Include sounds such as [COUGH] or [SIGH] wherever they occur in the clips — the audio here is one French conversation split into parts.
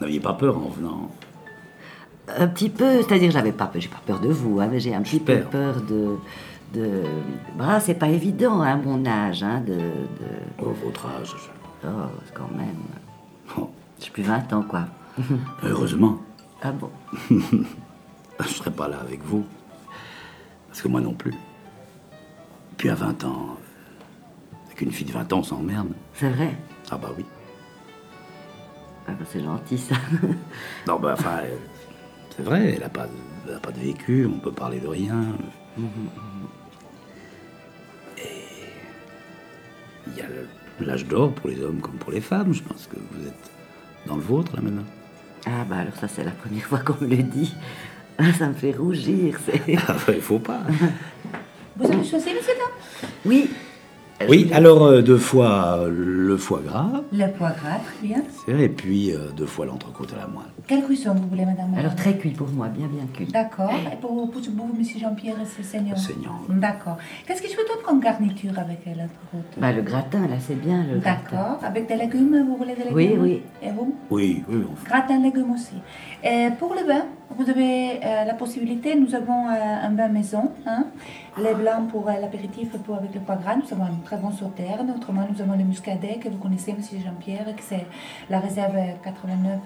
n'aviez pas peur en venant Un petit peu, c'est-à-dire j'avais pas, j'ai pas peur de vous, hein, mais j'ai un petit Super. peu peur de. de... Bah, c'est pas évident à mon âge, hein, de. de- à Oh, votre âge je- Oh, quand même. Oh, J'ai plus 20 ans, quoi. Heureusement, Ah bon je ne serais pas là avec vous. Parce que moi non plus. Puis à 20 ans, avec une fille de 20 ans, on s'emmerde. C'est vrai Ah bah oui. Ah, bah, C'est gentil, ça. [LAUGHS] Non, bah, enfin, euh, c'est vrai, elle n'a pas, de- elle a pas de vécu, on peut parler de rien. Et il y a le- l'âge d'or pour les hommes comme pour les femmes, je pense que vous êtes dans le vôtre là maintenant. [LAUGHS] Ah, bah alors, ça, c'est la première fois qu'on me le dit. Ah, Ça me fait rougir, c'est. [LAUGHS] Ah, bah, il faut pas. Vous avez choisi, monsieur dame Oui Oui, alors euh, deux fois euh, le foie gras, Le foie gras, très bien. et puis euh, deux fois l'entrecôte à la moelle. Quelle cuisson vous voulez, madame Alors, très cuit pour moi, bien, bien cuit. D'accord. Et pour, pour vous, monsieur Jean-Pierre, c'est saignant Saignant. D'accord. Qu'est-ce que je vous donne comme garniture avec euh, l'entrecôte Bah, le gratin, là, c'est bien, le gratin. D'accord. Avec des légumes, vous voulez des légumes Oui, oui. Et vous Oui, oui, on fait. Gratin de légumes aussi. Et pour le vin, vous avez euh, la possibilité, nous avons euh, un vin maison, hein, les blancs pour euh, l'apéritif pour avec le foie gras, nous avons un très bon sauterne, autrement nous avons le muscadet que vous connaissez, monsieur Jean-Pierre, que c'est la réserve 89.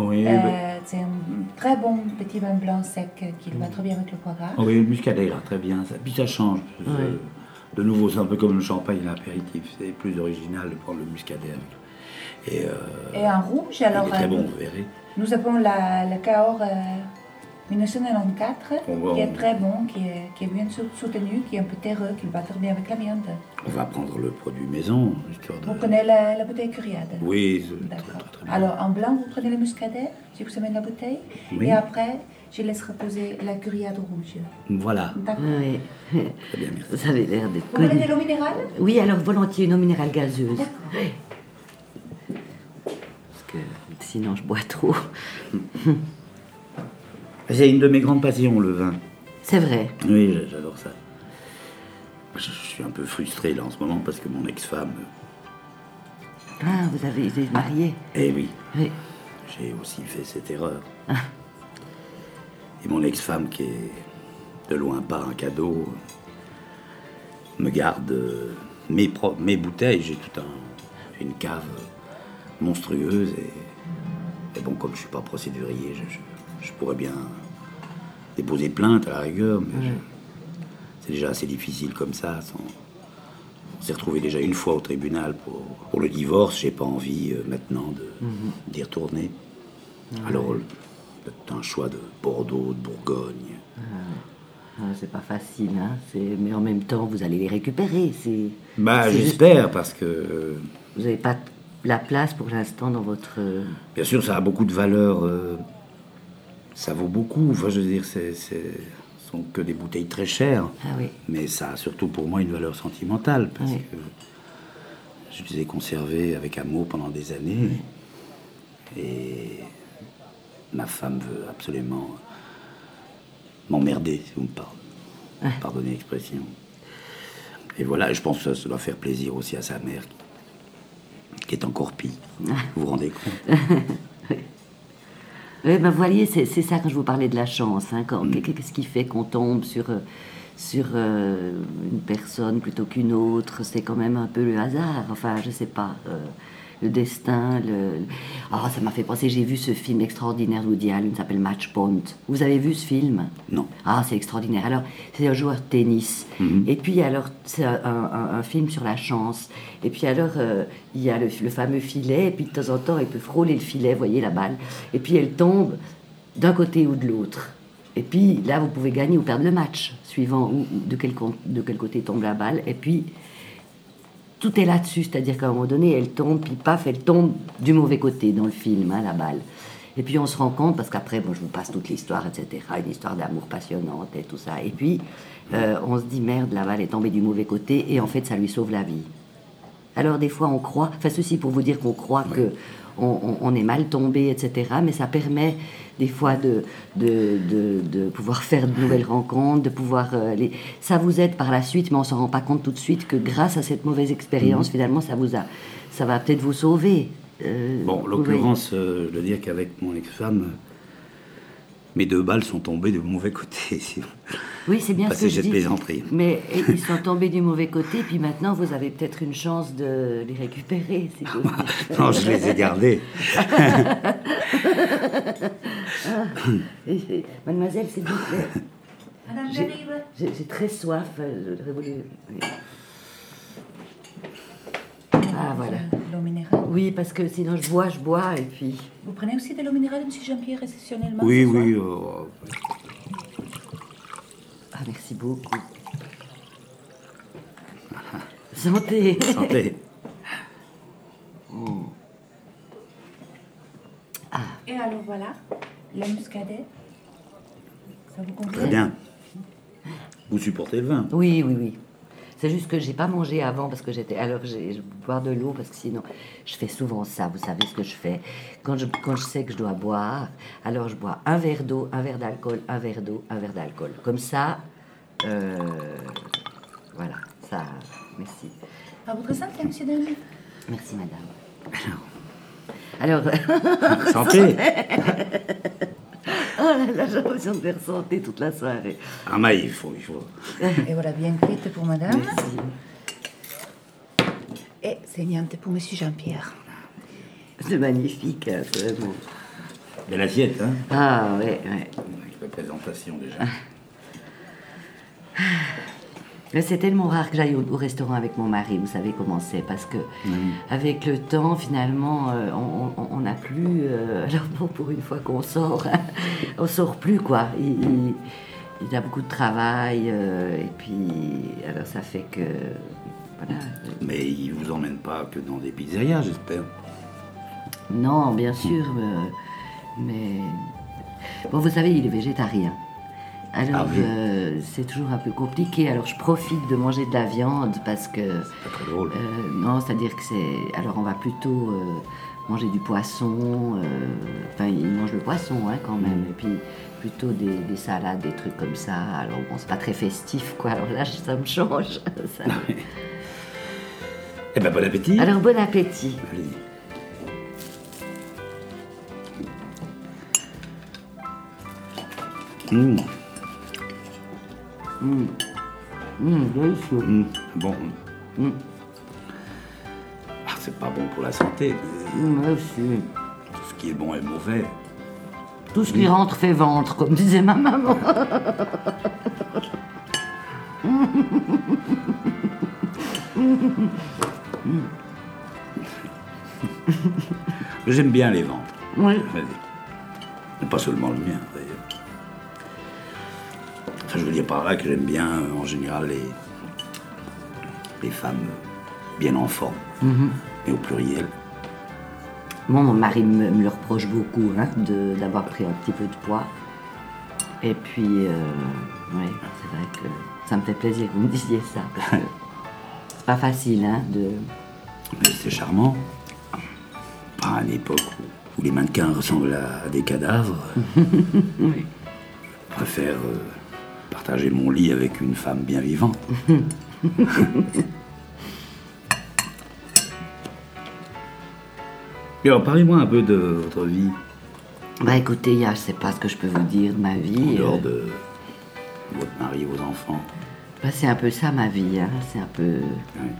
Oui, Euh, le- c'est un très bon petit vin blanc sec euh, qui va très bien avec le foie gras. Ah oui, le muscadet, là, très bien. Ça- Puis ça change. C'est- Oui. De nouveau, c'est un peu comme le champagne et l'apéritif. C'est plus original de prendre le muscadet avec. Et euh, Et un rouge, alors il est très euh, bon, vous verrez. Nous avons la, le Cahors euh, 1994, On va- qui est on- très bon, qui est, qui est bien sou- soutenu, qui est un peu terreux, qui va très bien avec la viande. On va prendre le produit maison, histoire de. Vous connaissez la, la bouteille curiade Oui, c'est très, D'accord. très, très bien. Alors, en blanc, vous prenez le muscadet, je vous amène la bouteille, Oui. et après, je laisse reposer la curiade rouge. Voilà. D'accord. Oui. Très bien, merci. Vous avez l'air d'être Vous voulez connu. de l'eau minérale Oui, alors volontiers une eau minérale gazeuse. D'accord. Parce que sinon je bois trop. euh, C'est une de mes grandes passions, le vin. C'est vrai. Oui, j'a- j'adore ça. Je je suis un peu frustré là en ce moment parce que mon ex-femme. Ah, vous avez été marié. Eh oui, Oui. J'ai aussi fait cette erreur. Et mon ex-femme, qui est de loin pas un cadeau, me garde euh, mes, pro- mes bouteilles. J'ai tout un, j'ai une cave monstrueuse. Et, et bon, comme je suis pas procédurier, je, je- je pourrais bien déposer plainte à la rigueur, mais je- c'est déjà assez difficile comme ça. sans- on s'est retrouvé déjà une fois au tribunal pour, pour le divorce. J'ai pas envie euh, maintenant de d'y retourner. Alors, le- c'est un choix de Bordeaux, de Bourgogne. Ah, c'est pas facile, hein. c'est- Mais en même temps, vous allez les récupérer. C'est. Bah, c'est juste- j'espère parce que euh, Vous n'avez pas t- la place pour l'instant dans votre. euh, bien sûr, ça a beaucoup de valeur. euh, ça vaut beaucoup. Enfin, je veux dire, c'est, c'est- ce sont que des bouteilles très chères. Ah oui. Mais ça a surtout pour moi une valeur sentimentale parce Oui. que je les ai conservées avec amour pendant des années. Et ma femme veut absolument m'emmerder, si vous me par- pardonnez l'expression. Et voilà, je pense que ça, ça doit faire plaisir aussi à sa mère qui- qui est encore pire. Vous vous rendez compte Oui, ben vous voyez, c'est c'est ça quand je vous parlais de la chance. hein, quand- Mm. Qu'est-ce qui fait qu'on tombe sur, euh, sur euh, une personne plutôt qu'une autre C'est quand même un peu le hasard. Enfin, je sais pas. euh, le destin. Le... Ah, ça m'a fait penser. J'ai vu ce film extraordinaire de Woody Allen, hein, il s'appelle Match Point. Vous avez vu ce film Non. ah, c'est extraordinaire. Alors, c'est un joueur de tennis. Et puis, alors, c'est un, un- un film sur la chance. Et puis, alors, euh, il y a le, le fameux filet. Et puis, de temps en temps, elle peut frôler le filet, vous voyez, la balle. Et puis, elle tombe d'un côté ou de l'autre. Et puis, là, vous pouvez gagner ou perdre le match, suivant où- où- de, quel, con- de quel côté tombe la balle. Et puis, tout est là-dessus, c'est-à-dire qu'à un moment donné, elle tombe, puis paf, elle tombe du mauvais côté dans le film, hein, la balle. Et puis on se rend compte, parce qu'après, bon, je vous passe toute l'histoire, etc., une histoire d'amour passionnante et tout ça. Et puis, euh, on se dit, merde, la balle est tombée du mauvais côté, et en fait, ça lui sauve la vie. Alors des fois, on croit, enfin ceci pour vous dire qu'on croit que on, on- on est mal tombé, etc. Mais ça permet des fois de, de, de- de pouvoir faire de nouvelles rencontres, de pouvoir... euh, les... Ça vous aide par la suite, mais on Mmh. s'en rend pas compte tout de suite que grâce à cette mauvaise expérience, finalement, ça vous a... Ça va peut-être vous sauver. euh, Bon, en l'occurrence, euh, je dois dire qu'avec mon ex-femme, mes deux balles sont tombées du mauvais côté. [LAUGHS] si vous- Oui, oui c'est bien ce Passez que je cette dis. plaisanterie. Mais et- [LAUGHS] ils sont tombés du mauvais côté, puis maintenant vous avez peut-être une chance de les récupérer. [LAUGHS] si j'ose dire. non, je les ai gardées. Et- et- Mademoiselle, s'il vous plaît, Madame, euh, J'ai- j'arrive. j'ai j'ai très soif. euh, J'aurais voulu. oui. Ah, voilà. L'eau minérale. Oui, parce que sinon je bois, je bois, et puis. Vous prenez aussi de l'eau minérale, monsieur Jean-Pierre, exceptionnellement Oui, ce soir oui. euh, Ah, merci beaucoup. Santé. santé. Et alors voilà, la muscadet. Ça vous convient Très bien. Vous supportez le vin Oui, oui, oui. C'est juste que j'ai pas mangé avant parce que j'étais. Alors, j'ai- je bois de l'eau parce que sinon, je fais souvent ça. Vous savez ce que je fais quand je, quand je sais que je dois boire, alors je bois un verre d'eau, un verre d'alcool, un verre d'eau, un verre d'alcool. Comme ça, euh, voilà. Ça, merci, À votre santé, monsieur Daniel. merci, madame. Alors, [LAUGHS] Santé oh là là, j'ai l'impression de faire santé toute la soirée. Ah, mais il faut, il faut. Et voilà, bien cuite pour madame. Merci. Et saignante pour monsieur Jean-Pierre. C'est magnifique, hein, c'est vraiment. Belle assiette, hein Ah ouais, ouais. Avec la présentation déjà. Mais C'est tellement rare que j'aille au, au restaurant avec mon mari, vous savez comment c'est, parce que avec le temps, finalement, euh, on- on on n'a plus. euh, [LAUGHS] alors bon, pour une fois qu'on sort, [LAUGHS] on sort plus quoi. Il, il- il a beaucoup de travail euh, et puis alors ça fait que voilà. euh, Mais il vous emmène pas que dans des pizzerias, j'espère. Non, bien sûr, euh, mais bon, vous savez, il est végétarien. Ah Alors oui. euh, c'est toujours un peu compliqué. Alors je profite de manger de la viande parce que. Pas très drôle. Euh, non, c'est-à-dire que c'est. Alors, on va plutôt euh, manger du poisson. euh, Enfin, ils mangent le poisson hein, quand même. Et puis, plutôt des, des salades, des trucs comme ça. Alors, bon, c'est pas très festif, quoi. Alors là, ça me change. [LAUGHS] ça. Eh ben, bon appétit. Alors, bon appétit. Allez-y. Mmh, Hum, délicieux. mmh, bon. Ah, c'est pas bon pour la santé. mais Hum, moi aussi. Tout ce qui est bon est mauvais. Tout ce qui rentre fait ventre, comme disait ma maman. J'aime bien les ventres. Oui. Vas-y. Mais Pas seulement le mien, d'ailleurs. Enfin, je veux dire par là que j'aime bien, euh, en général, les, les femmes euh, bien en forme. Et au pluriel. Bon, mon mari me, me le reproche beaucoup hein, de- d'avoir pris un petit peu de poids. Et puis, euh, ouais, c'est vrai que ça me fait plaisir que vous me disiez ça. [LAUGHS] parce que c'est pas facile, hein, de... Mais c'est charmant. Pas à une époque où, où les mannequins ressemblent à, à des [LAUGHS] cadavres. Je préfère euh, partager mon lit avec une femme bien vivante. [LAUGHS] Et alors, parlez-moi un peu de votre vie, Bah écoutez, Yann, je sais pas ce que je peux vous dire de ma en vie. dehors euh, de votre mari, vos enfants. bah, c'est un peu ça, ma vie, hein, c'est un peu... Ouais.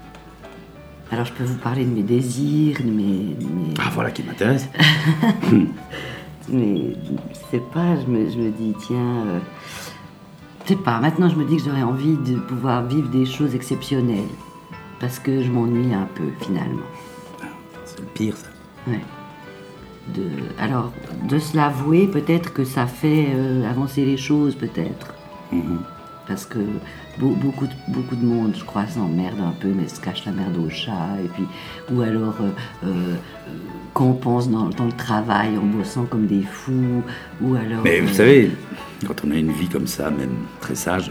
Alors, je peux vous parler de mes désirs, de mes... de mes- Ah, voilà qui m'intéresse. Mais je sais pas, je me, je me dis, tiens, euh, je sais pas, maintenant je me dis que j'aurais envie de pouvoir vivre des choses exceptionnelles. Parce que je m'ennuie un peu finalement. C'est le pire, ça. Ouais. De, alors, de se l'avouer, peut-être que ça fait euh, avancer les choses, peut-être. Mhm. Parce que beau- beaucoup, de, beaucoup de monde, je crois, s'emmerde un peu, mais se cache la merde au chat, et puis, ou alors euh, euh, euh, compense dans, dans le travail en bossant comme des fous, ou alors. Mais vous euh, savez, quand on a une vie comme ça, même très sage,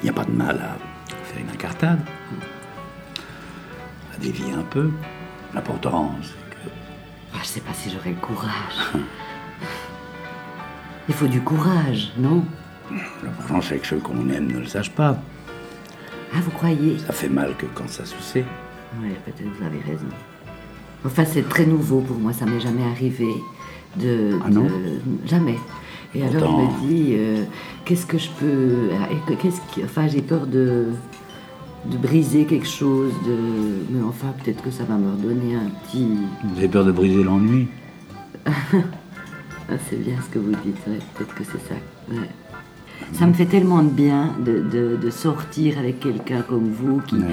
il n'y a pas de mal à faire une incartade, à dévier un peu. L'important, c'est que ah, je sais pas si j'aurai le courage. Il faut du courage, non l'important, c'est que ceux qu'on aime ne le sachent pas. Ah, vous croyez Ça fait mal que quand ça se sait. Oui, peut-être vous avez raison. Enfin, c'est très nouveau pour moi, ça m'est jamais arrivé. De, Ah non de- Jamais. Et alors, Pourtant- je me dis, euh, qu'est-ce que je peux. ah, et que- Qu'est-ce qui- Enfin, j'ai peur de, de briser quelque chose, de. Mais enfin, peut-être que ça va me redonner un petit. Vous avez peur de briser l'ennui Ah, c'est bien ce que vous dites, ouais, peut-être que c'est ça. ouais. Ça me fait tellement de bien de, de- de sortir avec quelqu'un comme vous qui, Ouais.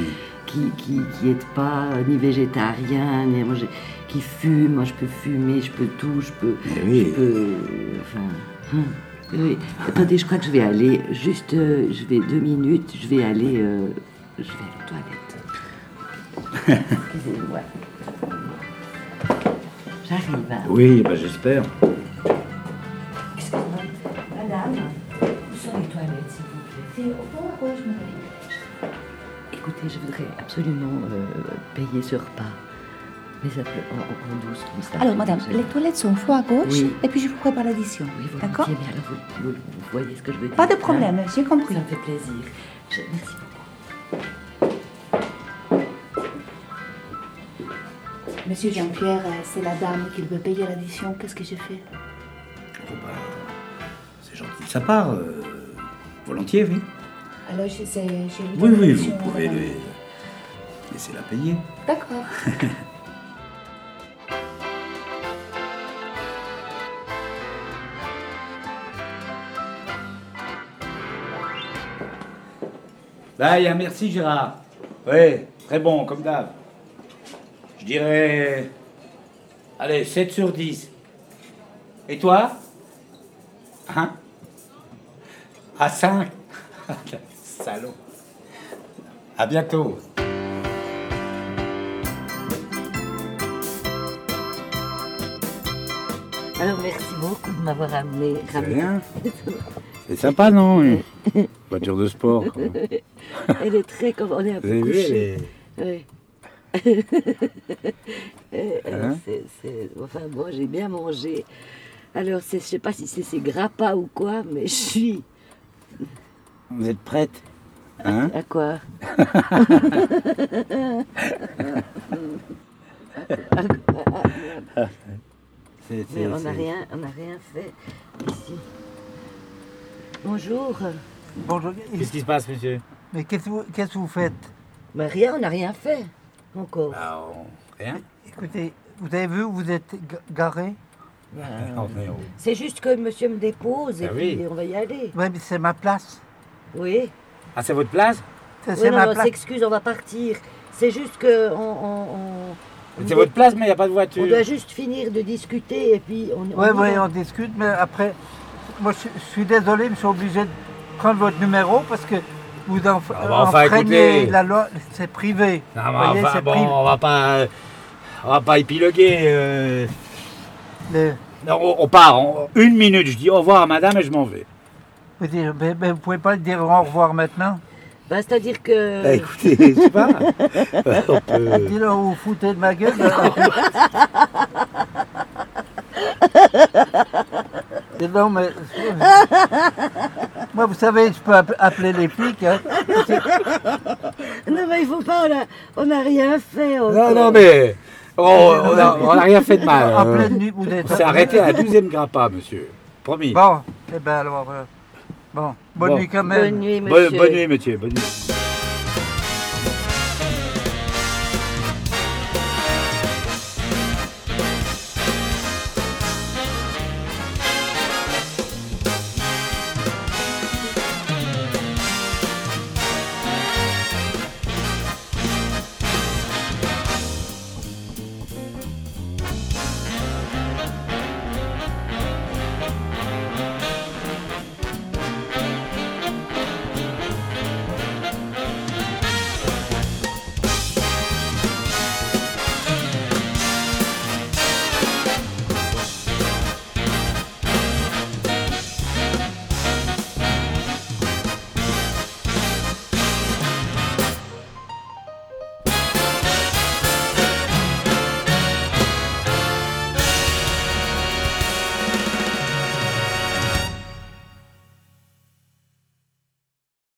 qui, qui, qui est pas euh, ni végétarien, ni moi, j'ai- qui fume, moi je peux fumer, je peux tout, je peux. Eh oui. je peux- enfin, hein, oui. Attendez, je crois que je vais aller, juste, euh, je vais deux minutes, je vais aller, euh, je vais aller aux [LAUGHS] toilettes. Excusez-moi. J'arrive. hein. Oui, bah, j'espère. Excusez-moi. Madame, où sont les toilettes, s'il vous plaît C'est au fond à gauche, madame. Écoutez, je voudrais absolument euh, payer ce repas. Mais ça peut en, en- en douce comme ça. Alors, madame, Je- les toilettes sont au fond à gauche, Oui. et puis je vous prépare l'addition. Oui, volontiers, D'accord mais alors vous, vous- vous voyez ce que je veux dire Pas de problème, j'ai hein compris. Ça me fait plaisir. Je- merci beaucoup. Monsieur Jean-Pierre, euh, c'est la dame qui veut payer l'addition. Qu'est-ce que j'ai fait Bon, bah, c'est gentil de sa part. euh, volontiers, oui. Alors, je, c'est, je lui Oui, donne oui, vous l'addition, pouvez madame. les... euh, laisser la payer. D'accord. Bah, et un merci, Gérard. Ouais, très bon, comme d'hab. Je dirais. Allez, 7 sur 10. Et toi Hein À 5 [LAUGHS] Salaud. À bientôt. Alors, merci beaucoup de m'avoir amené. ramené. C'est sympa, non Voiture de sport. Elle est très. comme- On est un peu couché. Oui. Euh, alors, Hein c'est- c'est- Enfin bon, j'ai bien mangé. Alors, c'est- je sais pas si c'est ces grappas ou quoi, mais je suis. Vous êtes prête Hein À quoi Mais on n'a rien, on n'a rien fait ici. Bonjour. Bonjour. Qu'est-ce qui se passe, monsieur Mais qu'est-ce que vous- qu'est-ce que vous faites Mais rien, on n'a rien fait encore. Ah. Rien Écoutez, vous avez vu où vous êtes ga- garé C'est juste que monsieur me dépose et Ah puis oui. on va y aller. Oui, mais c'est ma place. Oui. Ah, c'est votre place Ça, Oui, c'est non, ma non, on place. s'excuse, on va partir. C'est juste que on, on- on- on C'est votre place, mais il n'y a pas de on voiture. doit juste finir de discuter et puis on. on Oui, y oui, va. on discute, mais après, moi je, je suis désolé, mais je suis obligé de prendre votre numéro parce que vous en, euh, Ah bah, enfin, enfreignez écoutez. la loi. C'est privé. Non, mais Vous voyez, enfin, c'est bon, privé. on va pas, euh, on va pas épiloguer. euh. Le- Non, on, on part. on- une minute, je dis au revoir à madame et je m'en vais. vous ne mais, mais vous pouvez pas le dire au revoir maintenant. Bah, C'est-à-dire que. écoutez, je sais pas. on peut... Dis-le, vous vous foutez de ma gueule. [LAUGHS] Et non, mais. Moi, vous savez, je peux app- appeler les flics. hein. Non mais il faut pas, on a, on a rien [LAUGHS] fait. Non, encore. non, mais on on a- on n'a rien fait de mal. En euh. pleine nuit, vous êtes. On s'est arrêté à 12e grappa, monsieur. Promis. Bon, eh ben alors. euh, bon, bonne Bon. nuit quand même. Bonne nuit, Bonne- monsieur. bonne nuit, monsieur. Bonne nuit.